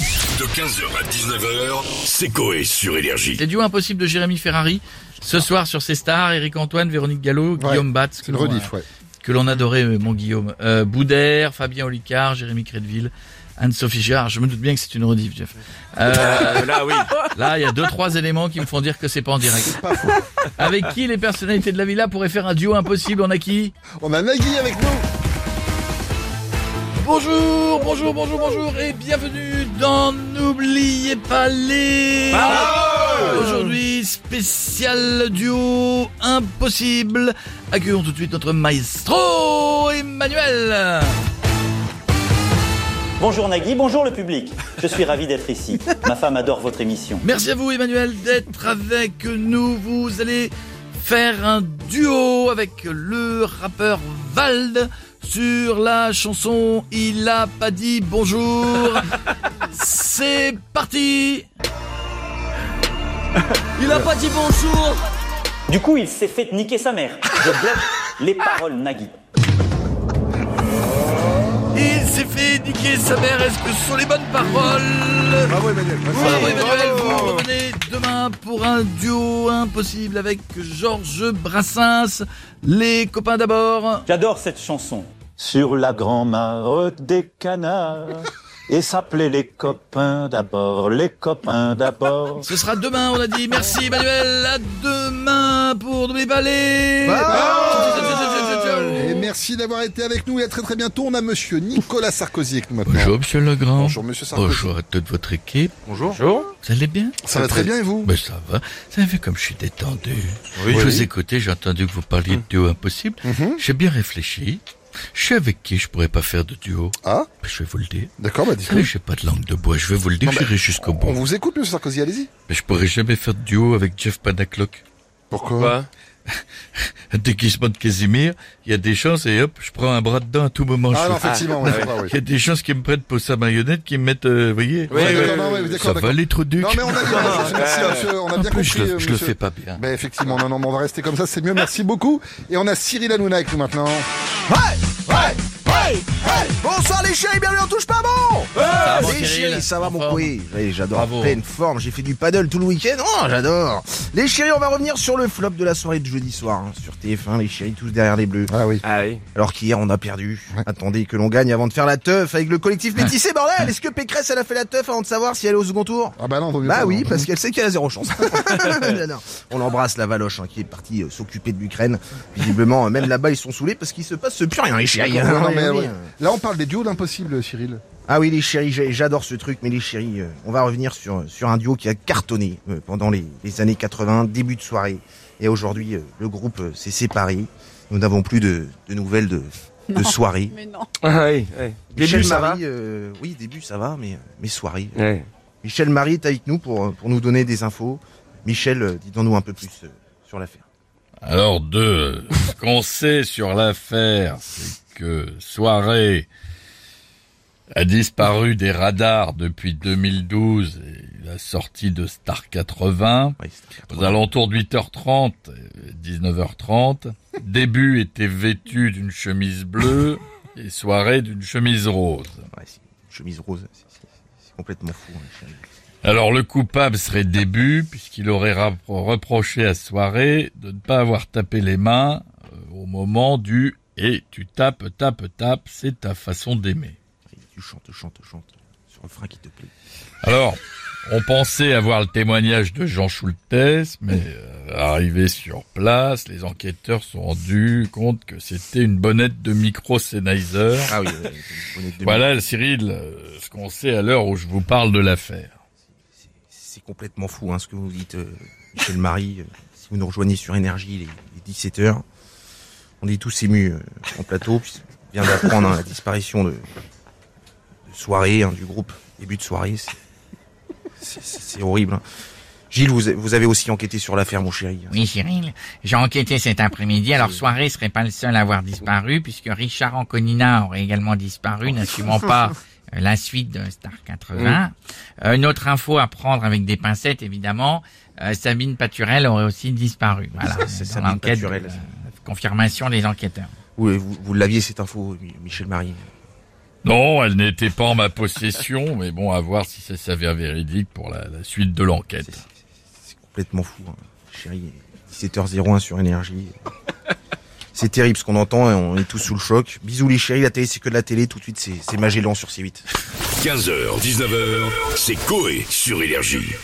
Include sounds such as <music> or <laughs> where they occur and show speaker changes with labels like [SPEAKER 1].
[SPEAKER 1] De 15h à 19h, c'est Coé sur Énergie.
[SPEAKER 2] Les duos impossibles de Jérémy Ferrari. Ce soir sur ces stars, Eric Antoine, Véronique Gallo, Guillaume Batz,
[SPEAKER 3] C'est
[SPEAKER 2] que
[SPEAKER 3] une
[SPEAKER 2] l'on,
[SPEAKER 3] rediff, ouais.
[SPEAKER 2] euh, que l'on adorait, euh, mon Guillaume. Euh, Boudère, Fabien Olicard, Jérémy Crédville, Anne-Sophie Gérard. Je me doute bien que c'est une rediff, Jeff. Euh,
[SPEAKER 1] Là, oui.
[SPEAKER 2] là, il y a deux, trois éléments qui me font dire que c'est pas en direct. Avec qui les personnalités de la villa pourraient faire un duo impossible On a qui
[SPEAKER 3] On a Nagui avec nous.
[SPEAKER 2] Bonjour, bonjour, bonjour, bonjour et bienvenue dans N'oubliez pas les... Aujourd'hui, spécial duo impossible. Accueillons tout de suite notre maestro Emmanuel.
[SPEAKER 4] Bonjour Nagui, bonjour le public. Je suis ravi d'être ici. Ma femme adore votre émission.
[SPEAKER 2] Merci à vous Emmanuel d'être avec nous. Vous allez faire un duo avec le rappeur Vald sur la chanson Il a pas dit bonjour. <laughs> C'est parti. Il a pas dit bonjour.
[SPEAKER 4] Du coup, il s'est fait niquer sa mère. Je bloque les paroles Nagui.
[SPEAKER 2] Il s'est fait niquer sa mère. Est-ce que ce sont les bonnes paroles
[SPEAKER 3] Bravo Emmanuel.
[SPEAKER 2] Ah Bravo Emmanuel, vous revenez demain pour un duo impossible avec Georges Brassens. Les copains d'abord.
[SPEAKER 4] J'adore cette chanson. Sur la grand-mare des canards. Et s'appelait les copains d'abord, les copains d'abord.
[SPEAKER 2] Ce sera demain, on a dit. Merci Emmanuel, à demain pour N'oubliez pas les
[SPEAKER 3] Et merci d'avoir été avec nous et à très très bientôt. On a monsieur Nicolas Sarkozy avec nous maintenant.
[SPEAKER 2] Bonjour Monsieur Legrand.
[SPEAKER 3] Bonjour, monsieur Sarkozy.
[SPEAKER 2] Bonjour à toute votre équipe.
[SPEAKER 5] Bonjour. Bonjour.
[SPEAKER 2] Vous allez bien
[SPEAKER 3] Ça va très bien et vous
[SPEAKER 2] Ben ça va. Vous avez vu comme je suis détendu. je vous écoutais, j'ai entendu que vous parliez de duo impossible. J'ai bien réfléchi. Je sais avec qui je pourrais pas faire de duo.
[SPEAKER 3] Ah,
[SPEAKER 2] Ben, je vais vous le dire.
[SPEAKER 3] d'accord, bah
[SPEAKER 2] Vous
[SPEAKER 3] dites-nous.
[SPEAKER 2] savez, j'ai pas de langue de bois. Je vais vous le dire,
[SPEAKER 3] Non, mais-
[SPEAKER 2] j'irai jusqu'au
[SPEAKER 3] On
[SPEAKER 2] bout.
[SPEAKER 3] vous écoute monsieur Sarkozy, allez-y.
[SPEAKER 2] Mais je pourrais jamais faire de duo avec Jeff Panaclock.
[SPEAKER 3] Pourquoi
[SPEAKER 2] Un Déguisement de Casimir, il y a des chances et hop, je prends un bras dedans à tout moment.
[SPEAKER 3] Ah
[SPEAKER 2] je
[SPEAKER 3] non,
[SPEAKER 2] fais-
[SPEAKER 3] effectivement, ouais, c'est pas, oui.
[SPEAKER 2] Il y a des chances qu'ils me prennent pour sa marionnette, qu'ils me mettent, euh, vous voyez.
[SPEAKER 3] Ouais,
[SPEAKER 5] oui,
[SPEAKER 3] d'accord,
[SPEAKER 5] oui,
[SPEAKER 3] non, ouais,
[SPEAKER 2] ça
[SPEAKER 3] d'accord,
[SPEAKER 2] va
[SPEAKER 3] d'accord.
[SPEAKER 2] les trous du
[SPEAKER 3] Non
[SPEAKER 2] cul.
[SPEAKER 3] mais on a bien, merci, monsieur, on a
[SPEAKER 2] En plus,
[SPEAKER 3] bien compris.
[SPEAKER 2] je le,
[SPEAKER 3] euh,
[SPEAKER 2] je le
[SPEAKER 3] monsieur.
[SPEAKER 2] fais pas bien.
[SPEAKER 3] Bah effectivement, non, non, mais on va rester comme ça, c'est mieux. Merci beaucoup. Et on a Cyril Hanouna avec nous maintenant.
[SPEAKER 6] Bonsoir les chéris, bienvenue en touche pas bon
[SPEAKER 2] bon, Cyril
[SPEAKER 6] Les chéris, ça va
[SPEAKER 2] En
[SPEAKER 6] mon
[SPEAKER 2] forme.
[SPEAKER 6] couille Oui, j'adore,
[SPEAKER 2] Bravo.
[SPEAKER 6] en pleine forme, j'ai fait du paddle tout le week-end, oh j'adore Les chéris, on va revenir sur le flop de la soirée de jeudi soir, hein, sur TF1, les chéris tous derrière les bleus.
[SPEAKER 3] Ah oui.
[SPEAKER 5] Ah oui.
[SPEAKER 6] Alors qu'hier on a perdu, attendez que l'on gagne avant de faire la teuf avec le collectif métissé, bordel Est-ce que Pécresse elle a fait la teuf avant de savoir si elle est au second tour
[SPEAKER 3] Ah bah non, vaut mieux
[SPEAKER 6] bah
[SPEAKER 3] pas,
[SPEAKER 6] oui,
[SPEAKER 3] non.
[SPEAKER 6] parce qu'elle sait qu'elle a
[SPEAKER 3] <laughs>
[SPEAKER 6] zéro chance. J'adore. On l'embrasse, la Valoche, hein, qui est partie euh, s'occuper de l'Ukraine. Visiblement, euh, même là-bas, ils sont saoulés parce qu'il se passe plus rien, les chéris.
[SPEAKER 3] Ouais,
[SPEAKER 6] hein.
[SPEAKER 3] non, mais,
[SPEAKER 6] On est,
[SPEAKER 3] ouais.
[SPEAKER 6] euh,
[SPEAKER 3] Là, on parle des duos d'impossible, Cyril.
[SPEAKER 6] Ah oui les chéris, j'ai- j'adore ce truc, mais les chéris, euh, on va revenir sur, sur un duo qui a cartonné euh, pendant les, les années 80, début de soirée. Et aujourd'hui, euh, le groupe euh, s'est séparé. Nous n'avons plus de, de nouvelles de, de soirée.
[SPEAKER 7] Mais non.
[SPEAKER 5] Ah oui. oui.
[SPEAKER 6] Michel
[SPEAKER 5] Début, ça va
[SPEAKER 6] Marie, euh, oui, début ça va, mais, mais soirée.
[SPEAKER 5] Ouais.
[SPEAKER 6] Michel Marie est avec nous pour, euh, pour nous donner des infos. Michel, euh, dis-nous un peu plus euh, sur l'affaire.
[SPEAKER 2] Alors deux, ce qu'on sait sur l'affaire, c'est que Soirée a disparu des radars depuis 2012 et la sortie de Star 80.
[SPEAKER 6] Ouais, c'est-
[SPEAKER 2] Aux alentours de 8h30, euh, 19h30, début était vêtu d'une chemise bleue et soirée d'une chemise rose.
[SPEAKER 6] ouais, c'est une chemise rose, c'est- c'est c'est complètement fou. hein, les chéris.
[SPEAKER 2] Alors le coupable serait début puisqu'il aurait rappro- reproché à soirée de ne pas avoir tapé les mains euh, au moment du et tu tapes, tapes, tapes, c'est ta façon d'aimer.
[SPEAKER 6] Tu chantes, chantes, chantes sur le frein qui te plaît.
[SPEAKER 2] Alors, on pensait avoir le témoignage de Jean Schultes, mais euh, arrivé sur place, les enquêteurs se sont rendus compte que c'était une bonnette de micro Sennheiser.
[SPEAKER 6] Ah oui, ouais, ouais, c'est une bonne idée.
[SPEAKER 2] Voilà, Cyril, euh, ce qu'on sait à l'heure où je vous parle de l'affaire.
[SPEAKER 6] C'est complètement fou hein, ce que vous dites, euh, Michel Marie. Euh, si vous nous rejoignez sur Énergie, les, 17h, on est tous émus euh, en plateau. puisqu'on vient d'apprendre hein, la disparition de, de soirée hein, du groupe, début de soirée. c'est- C'est c'est- c'est horrible. hein. Gilles, vous, a- vous avez aussi enquêté sur l'affaire, mon chéri.
[SPEAKER 8] Oui, Cyril, j'ai enquêté cet après-midi. Alors, Soirée serait pas le seul à avoir disparu, puisque Richard Anconina aurait également
[SPEAKER 6] Oh.
[SPEAKER 8] disparu, n'assumant
[SPEAKER 6] <laughs>
[SPEAKER 8] pas euh, la suite de
[SPEAKER 6] Mm.
[SPEAKER 8] Star 80. Euh, une autre info à prendre avec des pincettes, évidemment, euh, Sabine Paturel aurait aussi disparu.
[SPEAKER 6] <laughs>
[SPEAKER 8] Voilà,
[SPEAKER 6] C'est
[SPEAKER 8] dans
[SPEAKER 6] Sabine
[SPEAKER 8] l'enquête, euh,
[SPEAKER 6] Paturel.
[SPEAKER 8] confirmation des enquêteurs.
[SPEAKER 6] Vous, vous, vous l'aviez cette info, Mi- Michel Marie.
[SPEAKER 2] Non, elle n'était pas en ma possession, mais bon, à voir si ça s'avère véridique pour la, la suite de
[SPEAKER 6] C'est-
[SPEAKER 2] l'enquête.
[SPEAKER 6] C'est complètement fou, hein. chérie. 17h01 sur énergie. <laughs> C'est terrible ce qu'on entend et on est tous sous le choc. Bisous les chéris, la télé c'est que de la télé, tout de suite c'est c'est Magellan sur C8.
[SPEAKER 1] 15h, 19h, c'est Coé sur Énergie.